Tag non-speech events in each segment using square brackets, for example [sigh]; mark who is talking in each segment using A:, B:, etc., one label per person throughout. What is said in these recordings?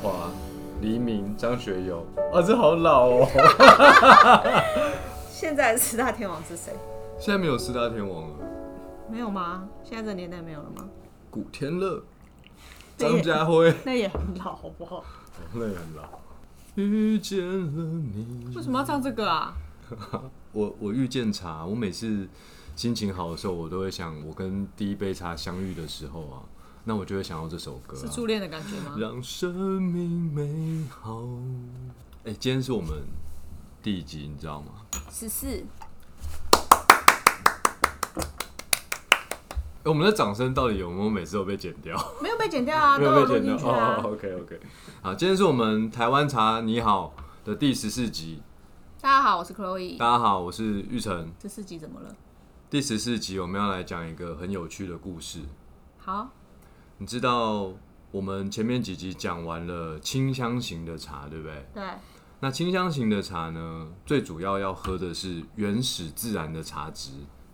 A: 华、黎明、张学友，啊，这好老哦。 [laughs]
B: 现在四大天王是谁？
A: 现在没有四大天王了，
B: 没有吗？现在这年代没有了吗？
A: 古天乐、张家辉，
B: 那也很老，好不好？
A: 那也很老。遇见了你，
B: 为什么要唱这个啊？
A: 我我遇见茶，我每次心情好的时候，我都会想，我跟第一杯茶相遇的时候啊，那我就会想到这首歌、
B: 是
A: 啊。
B: 初恋的感觉吗？
A: 让生命美好。哎、今天是我们第一集，你知道吗？
B: 十四，
A: 哎、我们的掌声到底有没有每次都被剪掉？
B: 没有被剪掉啊，都
A: 没有
B: 有
A: 被
B: 录
A: 剪掉。
B: 进去啊
A: 哦、。o k OK。好，今天是我们台湾茶你好的第十四集。
B: 大家好，我是 Chloe。
A: 大家好，我是玉成。
B: 这四集怎么了？
A: 第十四集我们要来讲一个很有趣的故事。
B: 好，
A: 你知道我们前面几集讲完了清香型的茶，对不对？
B: 对，
A: 那清香型的茶呢，最主要要喝的是原始自然的茶汁，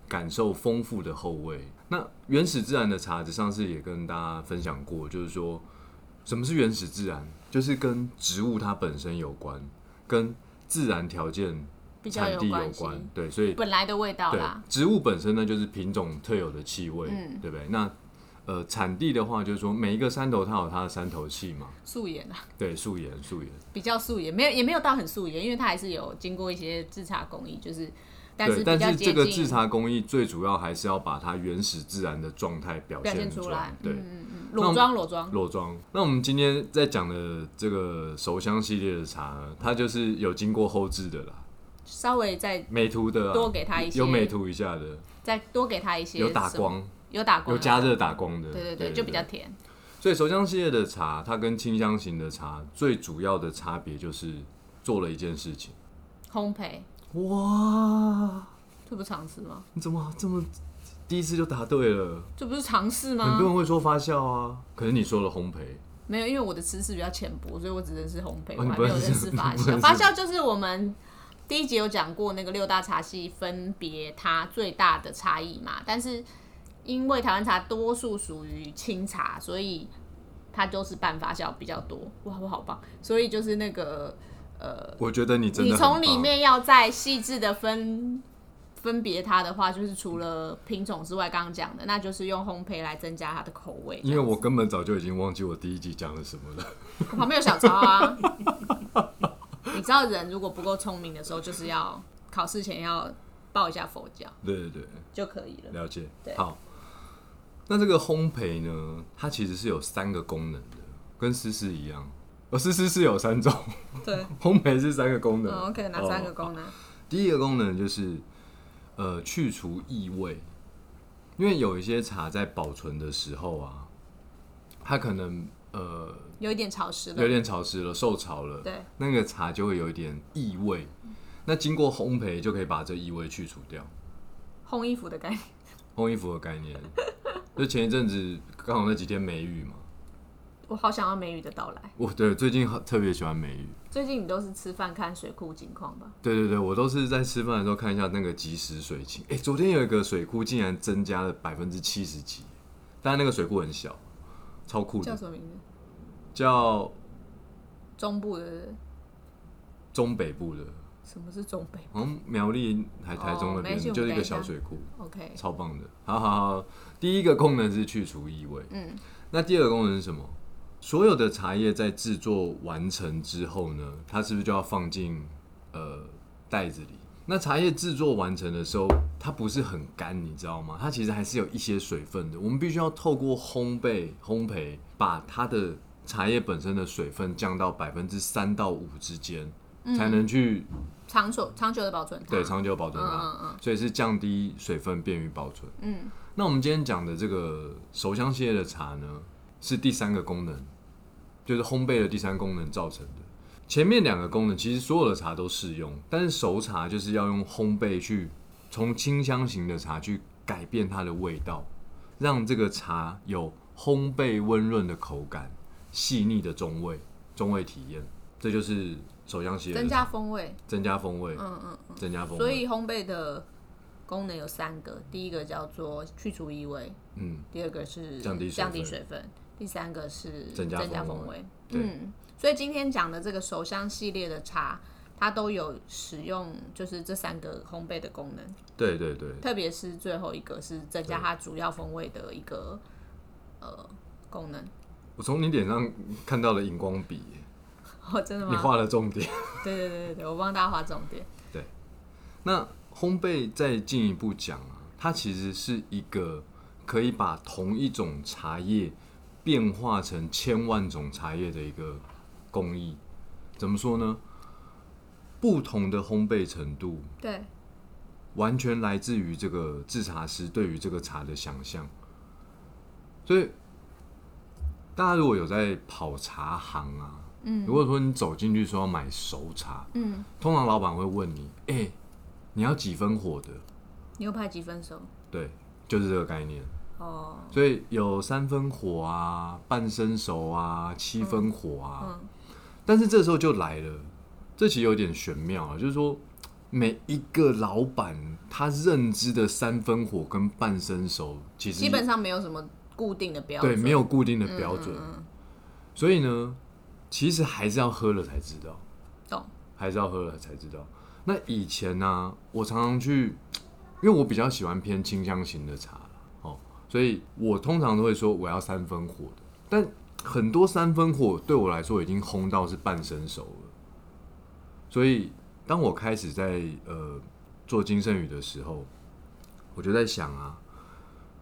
A: 感受丰富的后味。那原始自然的茶汁，上次也跟大家分享过，就是说什么是原始自然，就是跟植物它本身有关，跟自然条件、
B: 比较
A: 产
B: 有
A: 地有
B: 关系，
A: 关。对，所以
B: 本来的味道
A: 对
B: 啦。
A: 植物本身呢，就是品种特有的气味，
B: 嗯
A: 对不对？那呃，产地的话，就是说每一个山头它有它的山头气嘛，
B: 素颜啊， [laughs]
A: 对，素颜素颜。
B: 比较素颜，没有也没有到很素颜，因为它还是有经过一些制茶工艺，就是但
A: 对，
B: 是比
A: 但
B: 较
A: 是
B: 接
A: 这个制
B: 近
A: 茶工艺最主要还是要把它原始自然的状态表
B: 表现
A: 现
B: 出
A: 出
B: 来。
A: 对，
B: 嗯嗯嗯，
A: 那我
B: 裸
A: 们
B: 妆裸妆，
A: 裸妆。那我们今天在讲的这个手香系列的茶呢，它就是有经过后置的啦，
B: 稍微再
A: 美图的啊、
B: 多给它一些
A: 有美图一下的，
B: 再多给它一些
A: 有打
B: 什么，
A: 光，
B: 有打光，啊
A: 有加热打光的，
B: 对对对，就比较甜。
A: 所以手香系列的茶，它跟清香型的茶最主要的差别就是做了一件事情。
B: 烘焙，
A: 哇，
B: 这不是常识吗？
A: 你怎么这么第一次就答对了？
B: 这不是常识
A: 很
B: 吗
A: 多？人会说发酵啊，可是你说了烘焙，
B: 没有，因为我的知识比较浅薄，所以我只认识烘焙，
A: 哦
B: 我
A: 你
B: 还
A: 不
B: 没有
A: 认识
B: 认识发
A: 你不认识
B: 酵。发酵就是我们第一集有讲过那个六大茶系分别它最大的差异嘛，但是因为台湾茶多数属于清茶，所以它就是半发酵比较多。哇，我好棒！所以就是那个呃，
A: 我觉得你真的
B: 你
A: 很棒
B: 从里面要再细致的分分别它的话，就是除了品种之外，刚刚讲的，那就是用烘焙来增加它的口味。
A: 因为我根本早就已经忘记我第一集讲了什么了。 [laughs]
B: 我旁边有小抄啊。 [laughs] 你知道人如果不够聪明的时候，就是要考试前要报一下佛教
A: 对对对，
B: 就可以了。
A: 了解
B: 对。
A: 好，那这个烘焙呢，它其实是有三个功能的，跟思思一样。呃，思思是有三种， [laughs]
B: 对，
A: 烘焙是三个功能。哦
B: 嗯，OK，哪三个功能？
A: 第一个功能就是呃去除异味，因为有一些茶在保存的时候啊，它可能呃
B: 有一点潮湿
A: 有
B: 了。
A: 点潮湿了、受潮了，
B: 对，
A: 那个茶就会有一点异味。那经过烘焙就可以把这异味去除掉，
B: 烘衣服的概念。
A: 烘衣服的概
B: [laughs]
A: 念。就前一阵子刚好那几天梅雨嘛，
B: 我好想要梅雨的到来。
A: 我对最近很特别喜欢梅雨。
B: 最近你都是吃饭看水库景况吧？
A: 对对对，我都是在吃饭的时候看一下那个即时水情。哎、昨天有一个水库竟然增加了百分之七十几，但那个水库很小，超酷
B: 叫
A: 的，
B: 什么名字？
A: 叫
B: 中部的
A: 中北部的，
B: 什么是中北
A: 好像苗栗还
B: 哦
A: 台中那
B: 没
A: 边、
B: 事我们
A: 就是一
B: 等一
A: 个
B: 下
A: 小水库，
B: ？OK，
A: 超棒的。好好好，第一个功能是去除异味，
B: 嗯，
A: 那第二个功能是什么？所有的茶叶在制作完成之后呢，它是不是就要放进呃袋子里？那茶叶制作完成的时候，它不是很干，你知道吗？它其实还是有一些水分的。我们必须要透过烘焙、烘焙，把它的茶叶本身的水分降到百分之三到五之间，才能去
B: 长久长久的保存它。
A: 对长久保存
B: 嗯
A: 它。
B: 嗯嗯
A: 所以是降低水分，便于保存。
B: 嗯，
A: 那我们今天讲的这个手香系列的茶呢，是第三个功能，就是烘焙的第三功能造成的。前面两个功能其实所有的茶都适用，但是熟茶就是要用烘焙去从清香型的茶去改变它的味道，让这个茶有烘焙温润的口感、细腻的中味、中味体验，这就是手香系列
B: 增
A: 的
B: 加风味。
A: 增加风味，
B: 嗯嗯。
A: 增加风味。
B: 所以烘焙的功能有三个，第一个叫做去除异味，
A: 嗯，
B: 第二个是
A: 降低水分
B: 降低水分，第三个是
A: 增加风
B: 风
A: 味
B: 味。
A: 对
B: 嗯，所以今天讲的这个手香系列的茶，它都有使用就是这三个烘焙的功能，
A: 对对对，
B: 特别是最后一个是增加它主要风味的一个呃功能。 [laughs]
A: 我从你脸上看到了荧光笔，
B: 哦，真的
A: 你
B: 吗？
A: 画了重点。
B: 对对对对对，我帮大家画重点。
A: 那烘焙再进一步讲啊，它其实是一个可以把同一种茶叶变化成千万种茶叶的一个工艺。怎么说呢？不同的烘焙程度，
B: 对，
A: 完全来自于这个制茶师对于这个茶的想象。所以，大家如果有在跑茶行啊，嗯，如果说你走进去说要买熟茶，
B: 嗯，
A: 通常老板会问你，哎、你要几分火的？
B: 牛排几分熟？
A: 对，就是这个概念。
B: 哦，
A: 所以有三分火啊，半生熟啊，七分火啊。
B: 嗯嗯
A: 但是这时候就来了，这其实有点玄妙啊，就是说每一个老板他认知的三分火跟半生熟，其实
B: 基本上没有什么固定的标准。嗯
A: 对没有固定的标准，所以呢，其实还是要喝了才知道。
B: 懂。
A: 还是要喝了才知道。那以前呢、我常常去，因为我比较喜欢偏清香型的茶啦哦，所以我通常都会说我要三分火的。但很多三分火对我来说已经烘到是半生熟了，所以当我开始在呃做金圣宇的时候，我就在想啊，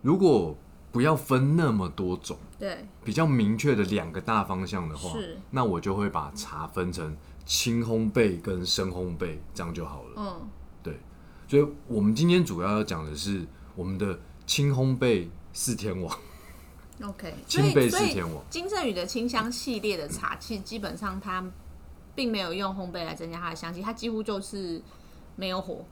A: 如果不要分那么多种。
B: 对，
A: 比较明确的两个大方向的话
B: 是，
A: 那我就会把茶分成轻烘焙跟深烘焙，这样就好了。
B: 嗯，
A: 对，所以我们今天主要要讲的是我们的轻烘焙四天王，
B: OK，所
A: 轻
B: 以
A: 焙
B: 所
A: 四
B: 以
A: 天王，
B: 金圣宇的清香系列的茶，其实基本上它并没有用烘焙来增加它的香气，它几乎就是没有火。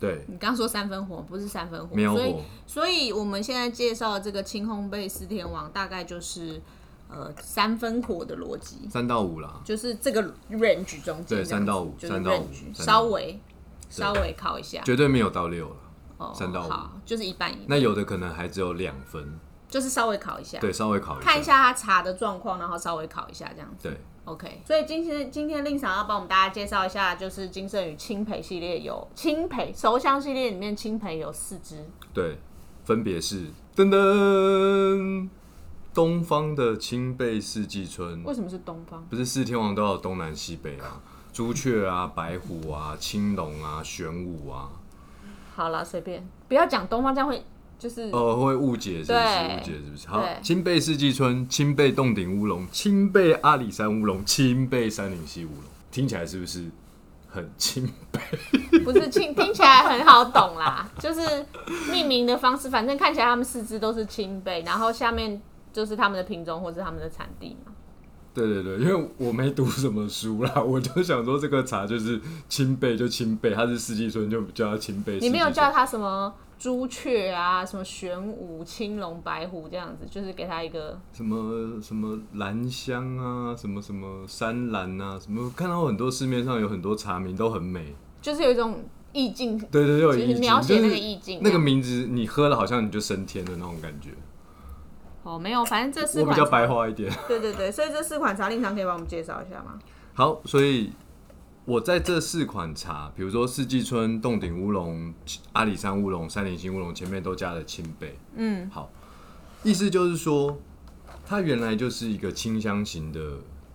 A: 对，
B: 你刚刚说三分火，不是三分火，
A: 没有
B: 所以
A: 火，
B: 所以我们现在介绍的这个轻烘焙四天王，大概就是呃三分火的逻辑，
A: 三到五啦，
B: 就是这个 range 中
A: 对
B: 间这样子，
A: 三到五
B: 就是
A: 三到五
B: range
A: 三到五
B: 稍微稍微靠一下，
A: 绝对没有到六了。
B: 哦，
A: 三到五
B: 好，就是一半一半，
A: 那有的可能还只有两分，
B: 就是稍微烤一下，
A: 对，稍微考
B: 看一，下它茶的状况，然后稍微烤一下这样子。
A: 对，
B: OK，所以今天今天令赏要帮我们大家介绍一下，就是金圣宇青培系列有青培熟香系列里面青培有四支，
A: 对，分别是噔噔，东方的青焙四季春，
B: 为什么是东方？
A: 不是四天王都有东南西北啊， [laughs] 朱雀啊、白虎啊、青龙啊、玄武啊，
B: 好啦，随便，不要讲东方，这样会
A: [laughs]
B: 就是、
A: 哦，会误解是不是？
B: 对
A: 误解是不是？好
B: 对，
A: 青贝世纪村、青贝洞顶乌龙、青贝阿里山乌龙、青贝山林溪乌龙，听起来是不是很 [laughs] 青？
B: 不是青，听起来很好懂啦，就是命名的方式，反正看起来他们四支都是青培，然后下面就是他们的品种或是他们的产地嘛。
A: 对对对，因为我没读什么书啦， [laughs] 我就想说这个茶就是青贝就青贝，它是四季春就叫它青贝世纪
B: 你
A: 村。
B: 没有叫它什么朱雀啊，什么玄武、青龙、白虎这样子，就是给它一个
A: 什么什么兰香啊，什么什么山兰啊，什么看到很多市面上有很多茶名都很美，
B: 就是有一种意境，
A: 对对，有
B: 就
A: 意
B: 是
A: 境，
B: 描写那个
A: 就是
B: 意境。
A: 那个名字，你喝了好像你就升天的那种感觉。
B: 哦，没有，反正这四
A: 我比
B: 款
A: 较
B: 茶，
A: 白话一点。
B: 对对对，所以这四款茶令常可以帮我们介绍一下吗？
A: 好，所以我在这四款茶，比如说四季春、洞顶乌龙、阿里山乌龙、山林溪乌龙，前面都加了青贝。
B: 嗯，
A: 好，意思就是说，它原来就是一个清香型的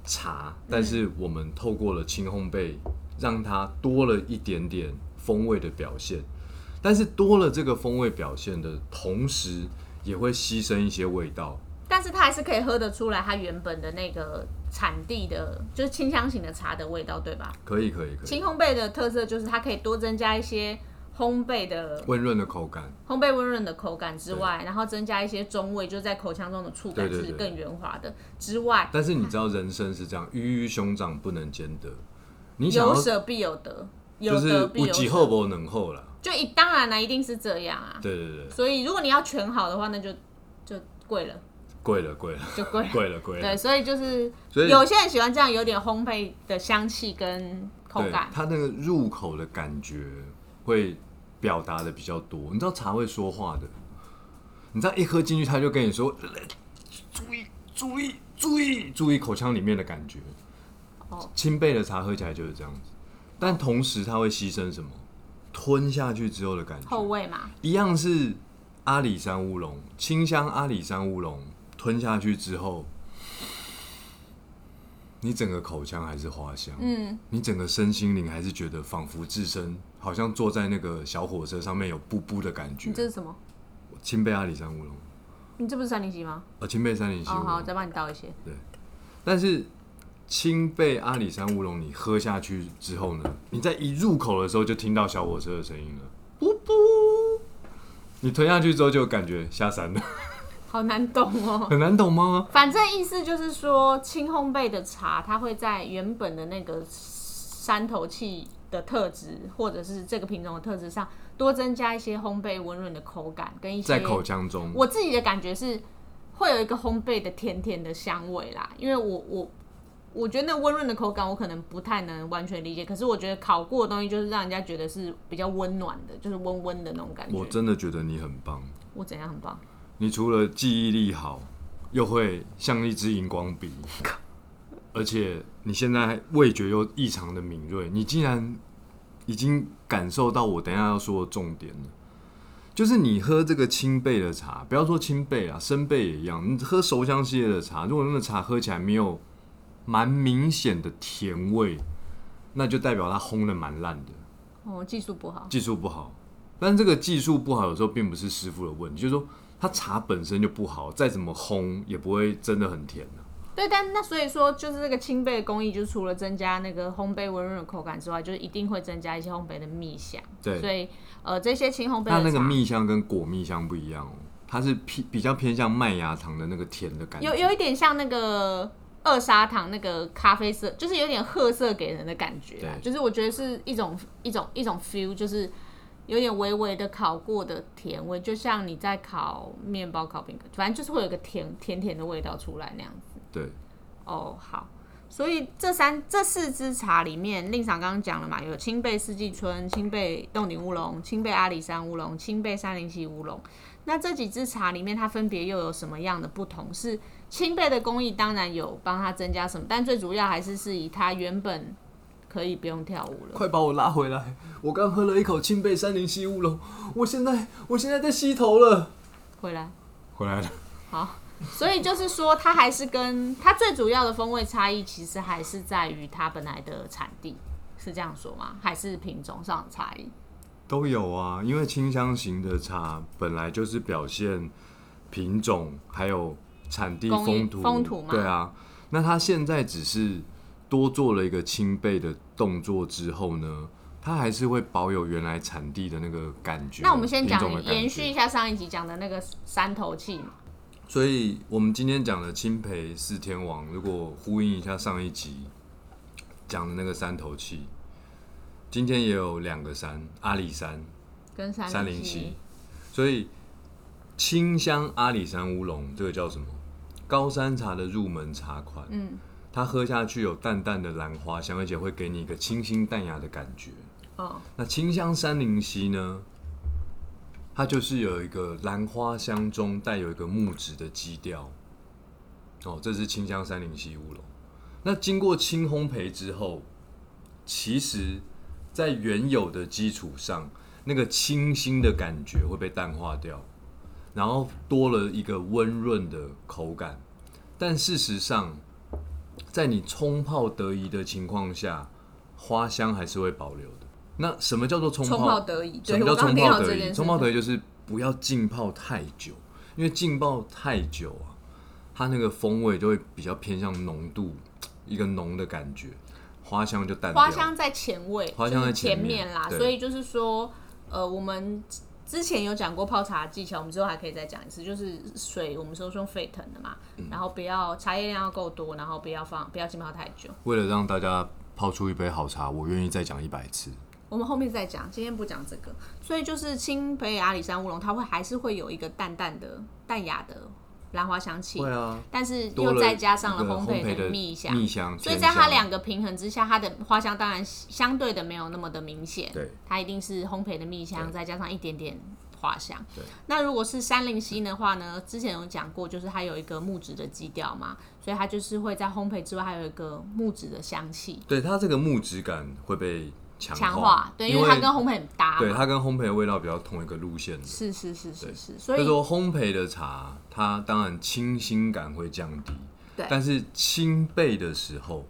A: 茶，但是我们透过了轻烘焙，让它多了一点点风味的表现。但是多了这个风味表现的同时，也会牺牲一些味道。
B: 但是它还是可以喝得出来它原本的那个产地的，就是清香型的茶的味道，对吧？
A: 可以，可以，可以。
B: 轻烘焙的特色就是它可以多增加一些烘焙的
A: 温润的口感，
B: 烘焙温润的口感之外，然后增加一些中味，就是在口腔中的触感
A: 对对
B: 是
A: 对
B: 更圆滑的之外，
A: 但是你知道人生是这样，鱼与熊掌不能兼得。你想
B: 有
A: 要
B: 舍必有得，有
A: 就是
B: 得必
A: 不
B: 有
A: 几
B: 舍
A: 后不能后啦。
B: 就一当然啦，一定是这样啊。
A: 对对对，
B: 所以如果你要全好的话，那就就贵了，
A: 贵了贵了
B: 就贵了。
A: 贵了贵了
B: 对，。所以就是
A: 所以
B: 有些人喜欢这样有点烘焙的香气跟口
A: 对，
B: 感，
A: 它那个入口的感觉会表达的比较多。你知道茶会说话的，你这样一喝进去，它就跟你说，注意注意注意注意口腔里面的感觉。
B: 哦，
A: 清焙的茶喝起来就是这样子，但同时它会牺牲什么？吞下去之后的感
B: 后
A: 觉，
B: 味嘛，
A: 一样是阿里山乌龙，清香阿里山乌龙，吞下去之后，你整个口腔还是花香，
B: 嗯，
A: 你整个身心灵还是觉得仿佛置身好像坐在那个小火车上面有布布的感觉
B: 你。这是什么？
A: 清焙阿里山乌龙，
B: 你这不是三零七吗？
A: 呃，清焙三零七
B: 哦，
A: 乌
B: 好，
A: 龙
B: 我，再帮你倒一些。
A: 但是青贝阿里山乌龙，你喝下去之后呢，你在一入口的时候就听到小火车的声音了，噗噗。你吞下去之后就感觉下山了， [laughs]
B: 好难懂哦。 [laughs]
A: 很难懂吗？
B: 反正意思就是说，轻烘焙的茶，它会在原本的那个山头气的特质，或者是这个品种的特质上，多增加一些烘焙温润的口感跟一些
A: 在口腔中，
B: 我自己的感觉是，会有一个烘焙的甜甜的香味啦，因为我我我觉得那温润的口感我可能不太能完全理解，可是我觉得烤过的东西就是让人家觉得是比较温暖的，就是温温的那种感觉。
A: 我真的觉得你很棒。
B: 我怎样很棒？
A: 你除了记忆力好，又会像一支荧光笔，而且你现在味觉又异常的敏锐，你竟然已经感受到我等一下要说的重点了。就是你喝这个清焙的茶，不要说清焙啊，生焙也一样。你喝熟香系列的茶，如果那个茶喝起来没有蛮明显的甜味，那就代表它烘的蛮烂的。
B: 哦，技术不好。
A: 技术不好，但这个技术不好有时候并不是师傅的问题，就是说他茶本身就不好，再怎么烘也不会真的很甜、啊、
B: 对，但那所以说，就是这个清焙的工艺，就是除了增加那个烘焙温润的口感之外，就是一定会增加一些烘焙的蜜香。
A: 对，
B: 所以呃，这些轻烘焙的
A: 它那
B: 茶
A: 个蜜香跟果蜜香不一样哦，它是偏比较偏向麦芽糖的那个甜的感
B: 有
A: 觉。
B: 有一点像那个二砂糖那个咖啡色，就是有点褐色给人的感觉啊
A: 对
B: 就是我觉得是一种一种一种 feel，就是有点微微的烤过的甜味，就像你在烤面包、烤饼干，反正就是会有一个甜甜甜的味道出来那样子。
A: 对，
B: 哦，好。所以这三这四支茶里面，令赏刚刚讲了嘛，有青贝四季春、青贝洞顶乌龙、青贝阿里山乌龙、青贝三零七乌龙。那这几支茶里面，它分别又有什么样的不同？是青贝的工艺当然有帮它增加什么，但最主要还是是以它原本可以不用跳舞了。
A: 快把我拉回来！我刚喝了一口清贝三零七乌龙，我现在我现在在吸头了。
B: 回来，
A: 回来了，
B: 好，所以就是说，它还是跟它最主要的风味差异，其实还是在于它本来的产地，是这样说吗？还是品种上的差异？
A: 都有啊，因为清香型的茶本来就是表现品种还有产地
B: 工艺
A: 风土，
B: 风土嘛
A: 对啊。那它现在只是多做了一个清焙的动作之后呢，它还是会保有原来产地的那个感觉。
B: 那我们先
A: 品种的
B: 讲
A: 感觉
B: 延续。一下上一集讲的那个三头气嘛。
A: 所以我们今天讲的青培四天王，如果呼应一下上一集讲的那个三头气，今天也有两个山，阿里山
B: 跟三
A: 三
B: 零
A: 零七，所以清香阿里山乌龙这个叫什么？高山茶的入门茶款，
B: 嗯，
A: 它喝下去有淡淡的兰花香，而且会给你一个清新淡雅的感觉。
B: 哦，
A: 那清香山林溪呢，它就是有一个兰花香中带有一个木质的基调。哦，这是清香山林溪乌龙。那经过轻烘焙之后，其实在原有的基础上，那个清新的感觉会被淡化掉，然后多了一个温润的口感。但事实上，在你冲泡得宜的情况下，花香还是会保留的。那什么叫做冲
B: 冲
A: 泡
B: 泡得意，
A: 什
B: 对
A: 么
B: 我
A: 叫冲
B: 刚刚听
A: 泡
B: 到这
A: 得
B: 件
A: 宜？
B: 事，
A: 冲泡得宜就是不要浸泡太久，因为浸泡太久啊，它那个风味就会比较偏向浓度，一个浓的感觉，花香就淡掉。
B: 花香在前味，
A: 花香在
B: 就是前
A: 前面
B: 啦，
A: 对
B: 所以就是说，呃，我们之前有讲过泡茶技巧，我们之后还可以再讲一次，就是水我们说是用沸腾的嘛，
A: 嗯
B: 然后不要茶叶量要够多，然后不要放不要浸泡太久，
A: 为了让大家泡出一杯好茶，我愿意再讲一百次。
B: 我们后面再讲，今天不讲这个。所以就是青培阿里山乌龙，它会还是会有一个淡淡的、淡雅的兰花香气，
A: 会啊，
B: 但是
A: 多
B: 又
A: 了
B: 再加上
A: 一个
B: 了烘
A: 焙
B: 的
A: 的
B: 蜜香，
A: 蜜香，
B: 所以
A: 甜
B: 在它
A: 香
B: 两个平衡之下，它的花香当然相对的没有那么的明显，
A: 对
B: 它一定是烘焙的蜜香，再加上一点点话下。
A: 对，
B: 那如果是山林溪的话呢，之前有讲过，就是它有一个木质的基调嘛，所以它就是会在烘焙之外还有一个木质的香气
A: 对它这个木质感会被强
B: 强化，对，因为它跟烘焙很搭
A: 对
B: 嘛。
A: 它跟烘焙的味道比较同一个路线的。
B: 是是是是是，所
A: 就是
B: 以
A: 说烘焙的茶，它当然清新感会降低，
B: 对
A: 但是清焙的时候，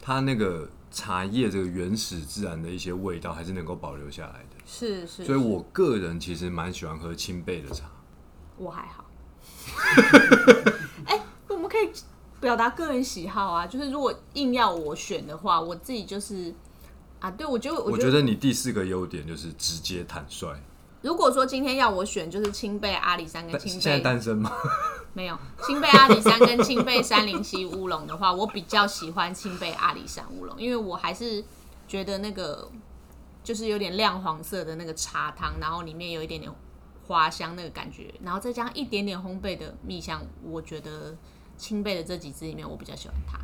A: 它那个茶叶这个原始自然的一些味道还是能够保留下来的。
B: 是是，
A: 所以
B: 是
A: 我个人其实蛮喜欢喝清焙的茶。
B: 我还好。哎、我们可以表达个人喜好啊，就是如果硬要我选的话，我自己就是啊，对我觉得
A: 我
B: 觉
A: 觉得你第四个优点就是直接坦率。
B: 如果说今天要我选，就是青贝阿里山跟
A: 但
B: 青
A: 现在
B: 贝
A: 单身吗？
B: 没有青贝阿里山跟青贝啊山林溪乌龙的话，我比较喜欢青贝阿里山乌龙，因为我还是觉得那个就是有点亮黄色的那个茶汤，然后里面有一点点花香那个感觉，然后再加上一点点烘焙的蜜香，我觉得青贝的这几支里面，我比较喜欢它。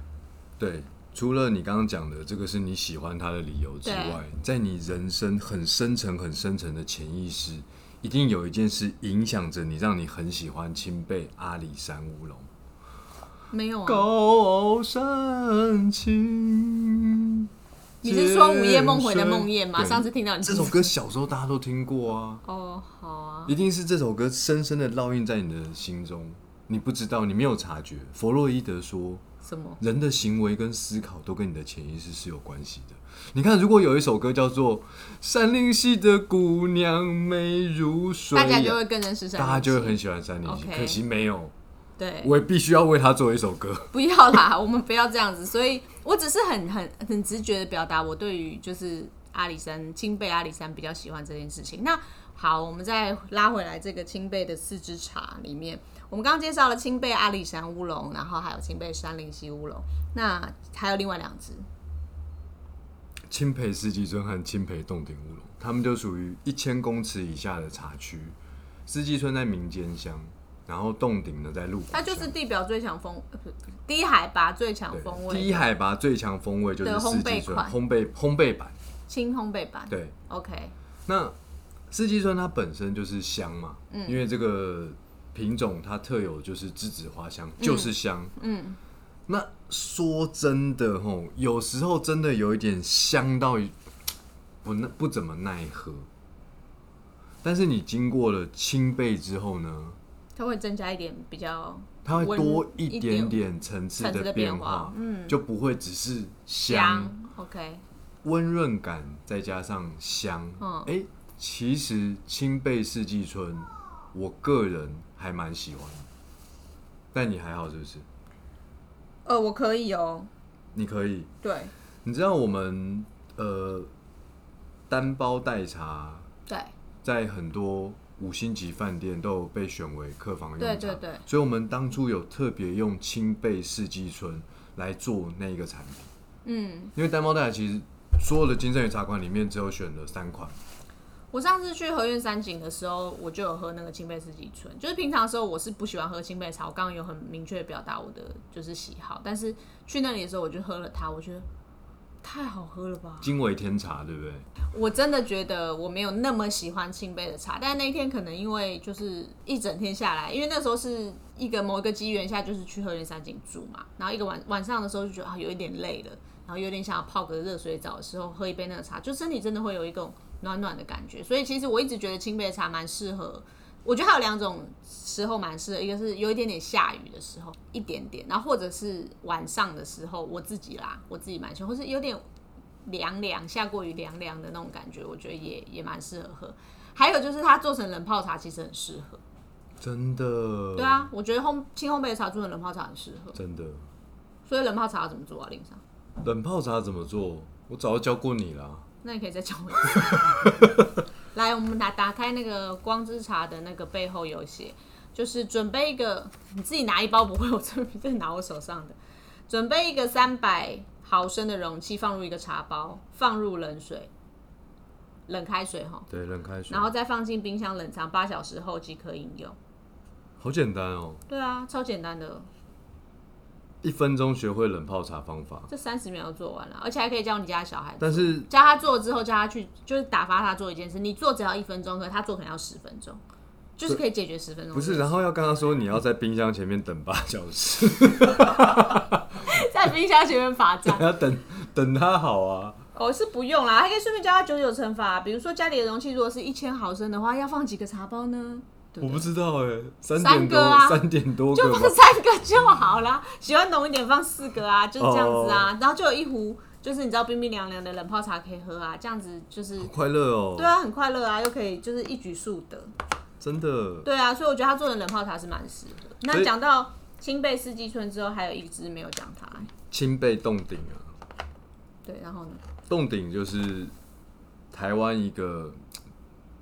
A: 对，除了你刚刚讲的这个是你喜欢它的理由之外，在你人生很深层、很深层的潜意识，一定有一件事影响着你，让你很喜欢清贝阿里山乌龙。
B: 没有啊？
A: 高山青，
B: 你是说午夜梦回的梦魇吗？
A: 对
B: 上次听到你
A: 这首歌小时候大家都听过啊，
B: 哦，好啊，
A: 一定是这首歌深深的烙印在你的心中，你不知道，你没有察觉。弗洛伊德说，
B: 什么？
A: 人的行为跟思考都跟你的潜意识是有关系的。你看，如果有一首歌叫做《山林溪的姑娘美如水》，
B: 大家就会更认识山林溪，
A: 大家就会很喜欢山林溪。
B: OK
A: 可惜没有，
B: 对。
A: 我也必须要为他做一首歌。
B: [laughs] 不要啦，我们不要这样子。所以我只是很很很直觉的表达我对于就是阿里山青贝阿里山比较喜欢这件事情。那好，我们再拉回来这个青贝的四支茶里面，我们刚刚介绍了青贝阿里山乌龙，然后还有青贝山林溪乌龙，那还有另外两支。
A: 青培四季春和青培洞顶乌龙，他们就属于一千公尺以下的茶区。四季春在民间乡，然后洞顶呢在鹿
B: 它
A: 港乡。
B: 就是地表最强风，呃不低海拔最强
A: 对
B: 风
A: 低
B: 味
A: 海拔最强风味就是
B: 的烘
A: 四季
B: 焙
A: 春
B: 款
A: 烘焙烘焙版。
B: 轻烘焙版。
A: 对，
B: OK，
A: 那四季春它本身就是香嘛，
B: 嗯
A: 因为这个品种它特有就是栀子花香，就是香。
B: 嗯，
A: 那说真的吼，有时候真的有一点香到一不那不怎么耐喝，但是你经过了清焙之后呢，
B: 它会增加一点比较
A: 它会
B: 温
A: 多
B: 一
A: 一点
B: 点
A: 点层次
B: 层次的
A: 的
B: 变
A: 变化
B: 化，嗯
A: 就不会只是香
B: 香。OK，
A: 温润感再加上香，嗯，
B: 嗯
A: 哎、其实青贝四季春，我个人还蛮喜欢的。但你还好是不是？
B: 呃，我可以哦，
A: 你可以，
B: 对
A: 你知道我们呃单包代茶
B: 对。
A: 在很多五星级饭店都有被选为客房用茶，
B: 对对对
A: 所以我们当初有特别用青贝四季春来做那个产品，
B: 嗯，
A: 因为单包代茶其实所有的金圣宇茶馆里面只有选了三款。
B: 我上次去和苑山景的时候，我就有喝那个青贝四季春。就是平常的时候，我是不喜欢喝青贝茶，我刚刚有很明确地表达我的就是喜好。但是去那里的时候，我就喝了它，我觉得太好喝了吧！
A: 惊为天茶，对不对？
B: 我真的觉得我没有那么喜欢青贝的茶，但那一天可能因为就是一整天下来，因为那时候是一个某一个机缘下，就是去和园山景住嘛，然后一个晚晚上的时候就觉得啊有一点累了，然后有点想要泡个热水澡的时候喝一杯那个茶，就身体真的会有一种暖暖的感觉，所以其实我一直觉得青贝的茶蛮适合。我觉得还有两种时候蛮适合，一个是有一点点下雨的时候，一点点，然后或者是晚上的时候，我自己啦，我自己蛮喜欢，或是有点凉凉，下过雨凉凉的那种感觉，我觉得也也蛮适合喝。还有就是它做成冷泡茶其实很适合，
A: 真的，
B: 对，啊，我觉得烘轻烘焙的茶做成冷泡茶很适合。
A: 真的。
B: 所以冷泡茶要怎么做啊，林上？
A: 冷泡茶怎么做？我早就教过你啦。
B: 那你可以再教我一次。来，我们打打开那个光之茶的那个背后有写，就是准备一个， [laughs] 你自己拿一包不会，我这边在拿我手上的，准备一个三百毫升的容器，放入一个茶包，放入冷水，冷开水哈，
A: 对，冷开水
B: 然，后再放进冰箱冷藏八小时后即可饮用。
A: 好简单哦。
B: 对啊，超简单的。
A: 一分钟学会冷泡茶方法，
B: 这三十秒就做完了，而且还可以教你家小孩
A: 但是
B: 教他做之后，教他去就是打发他做一件事，你做只要一分钟，可是他做可能要十分钟，就是可以解决十分钟。
A: 不是，然后要跟他说你要在冰箱前面等八小时，
B: [laughs] 在冰箱前面罚站，
A: [laughs] 要等等他好啊。
B: 哦是不用啦，还可以顺便教他九九乘法，比如说家里的容器如果是一千毫升的话，要放几个茶包呢？对
A: 我
B: 不
A: 不
B: 对？
A: 知道哎、三
B: 三
A: 点多
B: 个啊
A: 三点多
B: 就
A: 个
B: 放
A: 吧，
B: 三个就好啦，喜欢浓一点放四个啊，就是这样子
A: 哦
B: 啊，然后就有一壶。就是你知道冰冰凉凉的冷泡茶可以喝啊，这样子就是
A: 好快乐哦、
B: 对啊，很快乐啊，又可以就是一举数得。
A: 真的。
B: 对啊，所以我觉得他做的冷泡茶是蛮适合。
A: 所
B: 那
A: 以
B: 讲到清贝四季春之后，还有一支没有讲它、
A: 清被洞顶啊，
B: 对，然后呢？
A: 洞顶就是台湾一个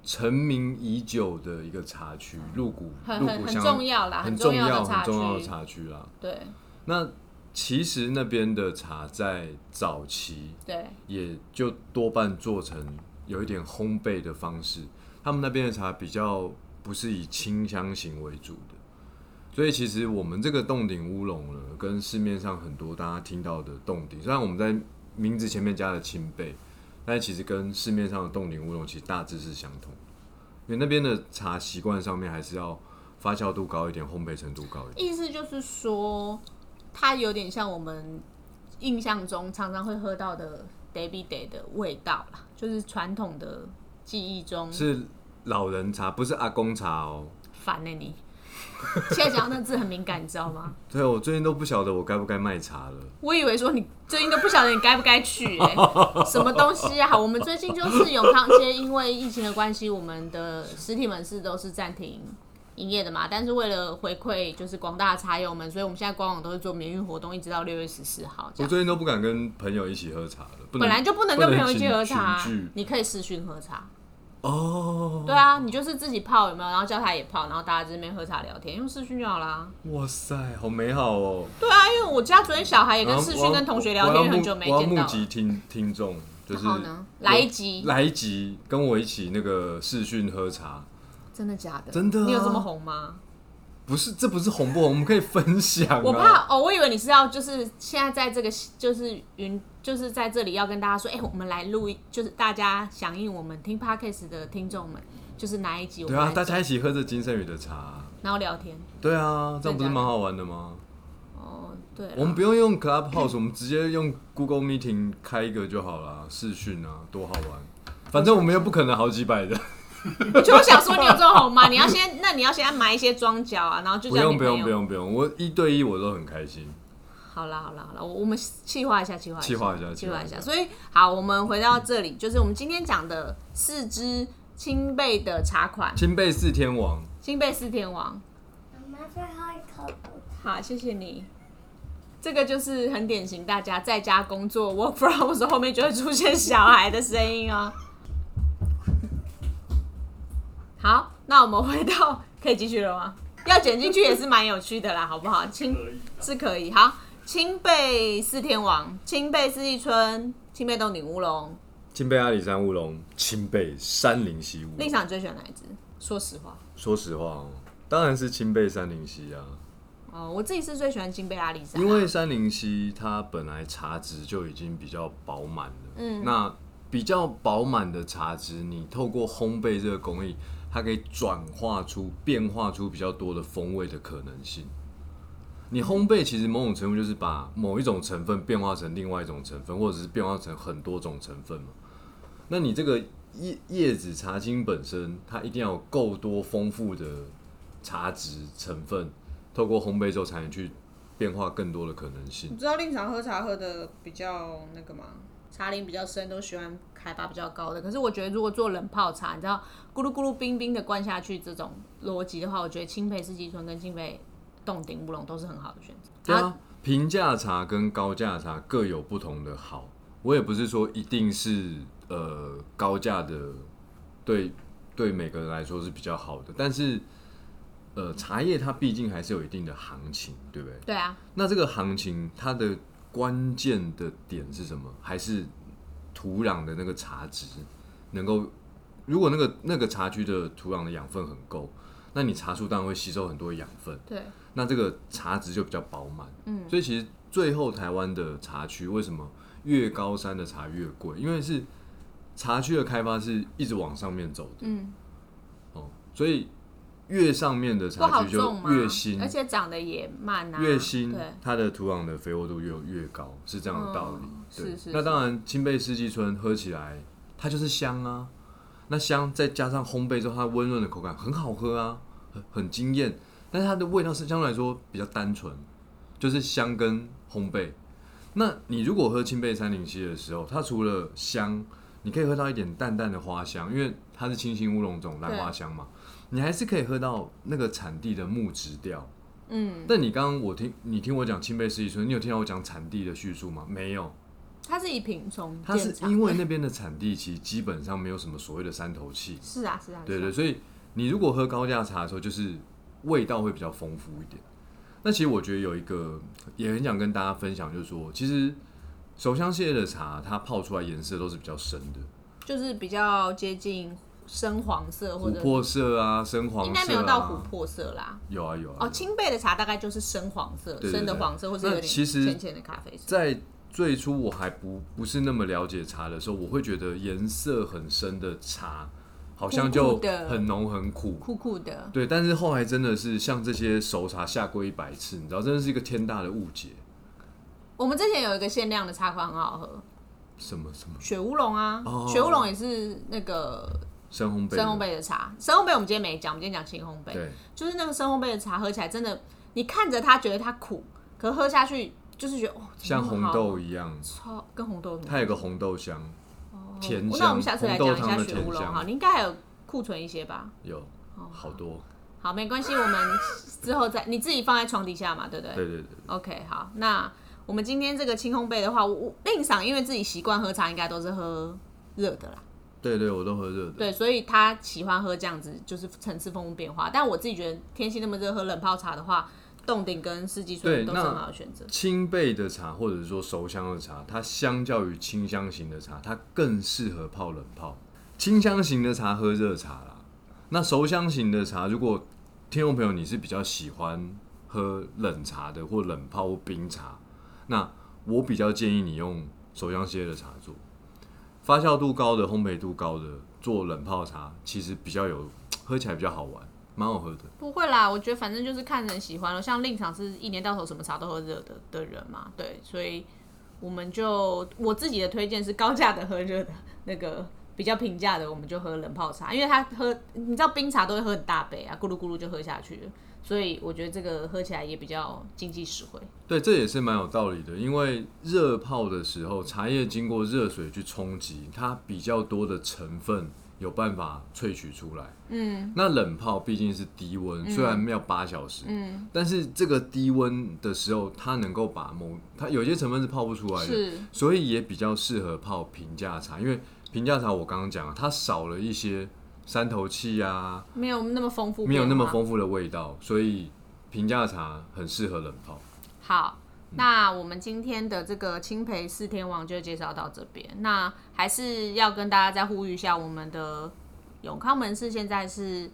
A: 成名已久的一个茶区，鹿谷
B: 很
A: 鹿
B: 很
A: 谷
B: 很
A: 乡
B: 重要啦，
A: 很
B: 重
A: 重
B: 的
A: 要
B: 茶
A: 很重要的
B: 区。
A: 茶区啦。
B: 对
A: 那其实那边的茶在早期
B: 对，
A: 也就多半做成有一点烘焙的方式。他们那边的茶比较不是以清香型为主的，所以其实我们这个洞顶乌龙呢，跟市面上很多大家听到的洞顶，虽然我们在名字前面加了清焙，但其实跟市面上的洞顶乌龙其实大致是相同的，因为那边的茶习惯上面还是要发酵度高一点，烘焙程度高一点。
B: 意思就是说，它有点像我们印象中常常会喝到的 day by day 的味道啦，就是传统的记忆中。
A: 是老人茶，不是阿公茶哦。
B: 烦呢、你， [laughs] 现在讲到那字很敏感，你知道吗？
A: 对，我最近都不晓得我该不该卖茶了。
B: 我以为说你最近都不晓得你该不该
A: [laughs]
B: 去、欸，什么东西啊？我们最近就是永康街，因为疫情的关系，我们的实体门市都是暂停营业的嘛。但是为了回馈就是广大的茶友们，所以我们现在官网都是做免运活动，一直到六月十四号
A: 我
B: 这样。
A: 最近都不敢跟朋友一起喝茶了，不能
B: 本来就不能跟朋友一起喝茶啊
A: 不能群聚，
B: 你可以视讯喝茶。
A: 哦。
B: 对啊，你就是自己泡有没有？然后叫他也泡，然后大家在这边喝茶聊天，用视讯就好啦。
A: 哇塞，好美好哦！
B: 对啊，因为我家昨天小孩也
A: 然
B: 跟
A: 后我
B: 视讯
A: 要
B: 跟同学聊
A: 我要
B: 天，
A: 募
B: 很久没
A: 我要
B: 见到
A: 募
B: 了。
A: 集听听众，就是
B: 然后呢来一集
A: 来一集跟我一起那个视讯喝茶，
B: 真的假的？
A: 真的啊
B: 你有这么红吗？
A: 不是这不是红不红，我们可以分享、啊。
B: 我怕哦，我以为你是要就是现在在这个就是云就是在这里要跟大家说，哎、我们来录一，就是大家响应我们听 podcast 的听众们，就是哪一集我
A: 对
B: 们
A: 啊，
B: 来
A: 大家一起喝着金圣宇的茶，
B: 然后聊天。
A: 对啊，这样不是
B: 真的假的
A: 蛮好玩的吗？
B: 哦，对啦，
A: 我们不用用 Clubhouse，我们直接用 Google Meeting 开一个就好啦，视讯啊，多好玩！反正我们又不可能好几百人。
B: 我就想说你有这么
A: [laughs]
B: 红吗？你要先那你要先买一些装脚啊，然后就
A: 不
B: 叫你
A: 用
B: 朋
A: 不
B: 友。
A: 用不用不用，我一对一我都很开心。
B: 好啦好啦好啦，我我们计划一下，计划
A: 计划一下
B: 下，
A: 计划一
B: 一
A: 下
B: 下。所以好，我们回到这里，就是我们今天讲的四支清贝的茶款，
A: 金贝四天王，
B: 清贝四天王。
C: 妈妈再喝一口葡萄。
B: 好，谢谢你。这个就是很典型，大家在家工作 work from home 的时候，后面就会出现小孩的声音哦。 [laughs] 好，那我们回到可以继续了吗？要剪进去也是蛮有趣的啦，好不好？清是可以。好，清贝四天王，清贝四季春，清贝洞顶乌龙。
A: 金贝阿里山乌龙，清贝山林溪乌
B: 令
A: 龙。
B: 赏最喜欢哪一只？说实话，
A: 说实话哦，当然是清贝山林溪啊，
B: 哦，我自己是最喜欢清贝阿里山啊，
A: 因为山林溪它本来茶质就已经比较饱满了。嗯，那比较饱满的茶质，你透过烘焙这个工艺，它可以转化出、变化出比较多的风味的可能性。你烘焙其实某种程度就是把某一种成分变化成另外一种成分，或者是变化成很多种成分嘛。那你这个叶叶子茶青本身，它一定要有够多丰富的茶质成分，透过烘焙之后才能去变化更多的可能性
B: 你。知道令常喝茶喝的比较那个吗？茶龄比较深，都喜欢海拔比较高的。可是我觉得，如果做冷泡茶，你知道咕噜咕噜冰冰的灌下去这种逻辑的话，我觉得青培四季春跟青培洞顶乌龙都是很好的选择。
A: 对啊，平价茶跟高价茶各有不同的好。我也不是说一定是呃高价的对对每个人来说是比较好的，但是呃茶叶它毕竟还是有一定的行情，对不对？
B: 对啊，
A: 那这个行情它的关键的点是什么？还是土壤的那个茶质能够，如果那个那个茶区的土壤的养分很够，那你茶树当然会吸收很多养分，
B: 对，啊
A: 那这个茶质就比较饱满。嗯，所以其实最后台湾的茶区为什么越高山的茶越贵？因为是茶区的开发是一直往上面走的
B: 嗯，
A: 哦，所以越上面的
B: 不好
A: 茶区就
B: 种嘛，
A: 越新，
B: 而且长得也慢啊，
A: 越新
B: 对，
A: 它的土壤的肥沃度越越高，是这样的道理。
B: 嗯
A: 对，
B: 是是
A: 那当然，青贝四季春喝起来它就是香啊，那香再加上烘焙之后，它温润的口感很好喝啊，很很惊艳。但是它的味道是相对来说比较单纯，就是香跟烘焙。那你如果喝青贝三零七的时候，它除了香，你可以喝到一点淡淡的花香，因为它是清新乌龙种兰花香嘛，你还是可以喝到那个产地的木质调。
B: 嗯，
A: 但你刚刚我听你听我讲青贝四季春，你有听到我讲产地的叙述吗？没有，
B: 它是以品种
A: 它是
B: 建厂
A: 因为那边的产地其实基本上没有什么所谓的山头气，
B: 是啊是啊，
A: 对
B: 是
A: 对，
B: 啊，
A: 所以你如果喝高价茶的时候，就是味道会比较丰富一点。那其实我觉得有一个也很想跟大家分享，就是说，其实手香系列的茶，它泡出来颜色都是比较深的，
B: 就是比较接近深黄色或
A: 琥
B: 者
A: 珀色啊、深黄色、啊，
B: 哦应该没有到琥，珀色啦。
A: 有啊有啊。
B: 哦，青贝的茶大概就是深黄色，
A: 对对
B: 深的
A: 对
B: 黄色，或者有
A: 那
B: 点
A: 其实
B: 浅浅的咖啡色。
A: 在最初我还不不是那么了解茶的时候，我会觉得颜色很深的茶好像
B: 苦
A: 就
B: 苦的
A: 很浓很苦，
B: 酷酷的，
A: 对，但是后来真的是像这些熟茶下过一百次，你知道，真的是一个天大的误解。
B: 我们之前有一个限量的茶款很好喝，
A: 什么什么
B: 雪乌龙啊，
A: 哦
B: 雪乌龙也是那个
A: 深烘焙的？
B: 深烘焙哦的茶。深烘焙我们今天没讲，我们今天讲轻烘焙，
A: 对，
B: 就是那个深烘焙的茶喝起来真的，你看着它觉得它苦，可喝下去就是觉得哦，怎
A: 像
B: 么那么
A: 红
B: 好
A: 豆一样，
B: 超跟红豆有什么
A: 它有个红豆香，甜香。
B: 哦那我们下次来
A: 红豆
B: 讲一下
A: 汤的
B: 雪乌
A: 甜
B: 龙哈，
A: 香
B: 你哦应该还有库存一些吧？
A: 有好多，
B: 好，没关系，我们之后再你自己放在床底下嘛，对不对？
A: 对对对，
B: OK，好，那我们今天这个清烘焙的话，我我令赏因为自己习惯喝茶，应该都是喝热的啦。
A: 对对，我都喝热的。
B: 对，所以他喜欢喝这样子，就是层次丰富变化。但我自己觉得天气那么热，喝冷泡茶的话，冻顶跟四季
A: 对
B: 春都是
A: 那
B: 很好的选择。
A: 清焙的茶或者是说熟香的茶，它相较于清香型的茶，它更适合泡冷泡。清香型的茶喝热茶啦，那熟香型的茶，如果听众朋友你是比较喜欢喝冷茶的或冷泡或冰茶，那我比较建议你用熟香系列的茶做，发酵度高的、烘焙度高的做冷泡茶，其实比较有喝起来比较好玩，蛮好喝的。
B: 不会啦，我觉得反正就是看人喜欢了。像令场是一年到头什么茶都喝热的的人嘛，对，所以我们就我自己的推荐是高价的喝热的，那个比较平价的我们就喝冷泡茶，因为他喝你知道冰茶都会喝很大杯啊，咕噜咕噜就喝下去了，所以我觉得这个喝起来也比较经济实惠。
A: 对，这也是蛮有道理的，因为热泡的时候，茶叶经过热水去冲击，它比较多的成分有办法萃取出来。
B: 嗯，
A: 那冷泡毕竟是低温，虽然要八小时，
B: 嗯，
A: 但是这个低温的时候，它能够把某它有些成分是泡不出来的，
B: 是。
A: 所以也比较适合泡平价茶，因为平价茶我刚刚讲了，它少了一些山头气啊，
B: 没有那么丰富，
A: 没有那么。丰富的味道，所以平价茶很适合冷泡。
B: 好，那我们今天的这个青培四天王就介绍到这边。那还是要跟大家再呼吁一下，我们的永康门市现在是。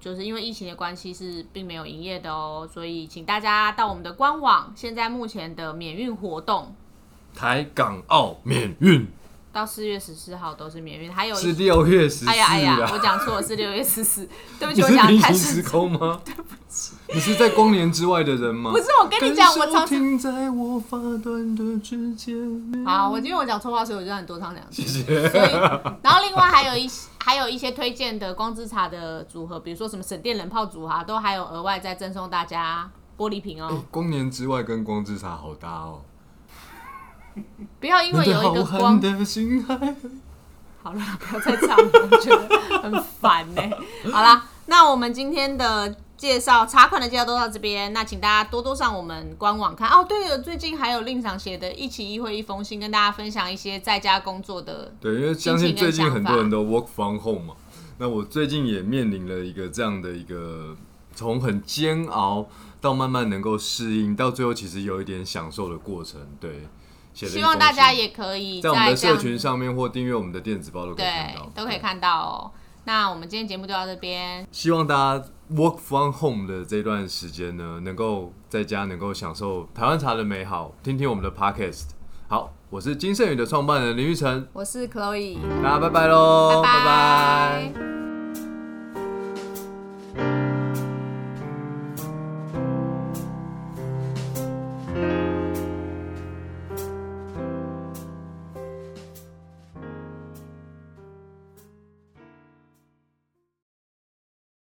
B: 就是因为疫情的关系，是并没有营业的哦，所以请大家到我们的官网，现在目前的免运活动
A: 台港澳免运
B: 到四月十四号都是免运，还有一
A: 是六月十四
B: 哦哎呀哎呀，我
A: 啦。
B: 讲错了，是六月十四，对不
A: 你
B: 起，我
A: [laughs] 是
B: 讲
A: 平
B: 太
A: 行
B: 清
A: 时
B: 楚，
A: 空吗？
B: [laughs]
A: 对不起，你是在光年之外的人吗？
B: 不是我跟你讲，我
A: 感受
B: 超
A: 停在我发端的指尖。
B: 好，我因为我讲错话，所以我就让你多唱两句。
A: 谢谢。
B: 所以，然后另外还有一些还有一些推荐的光之茶的组合，比如说什么省电冷泡组啊，都还有额外再赠送大家玻璃瓶哦。
A: 哎光年之外跟光之茶好搭哦。
B: 不要因为有一个
A: 那浩瀚
B: 光，
A: 的星海。
B: 好了，不要再唱了，我觉得很烦呢、欸好啦，那我们今天的介绍茶款的介绍都到这边，那请大家多多上我们官网看哦。对了，最近还有令赏写的一期一会一封信，跟大家分享一些在家工作的
A: 对，因为相信
B: 心情
A: 最
B: 跟
A: 近很
B: 想法
A: 多人都 work from home 嘛，那我最近也面临了一个这样的一个从很煎熬到慢慢能够适应，到最后其实有一点享受的过程。对，写了一
B: 希望大
A: 封信
B: 家也可以
A: 在我们的
B: 这样
A: 社群上面或订阅我们的电子报都可以看
B: 对
A: 到，，
B: 都可以
A: 对。
B: 看到哦。那我们今天节目就到这边，
A: 希望大家 work from home 的这段时间呢，能够在家能够享受台湾茶的美好，听听我们的 podcast。好，我是金盛宇的创办人林玉成，
B: 我是 Chloe，
A: 哦大家拜拜喽，
B: 拜拜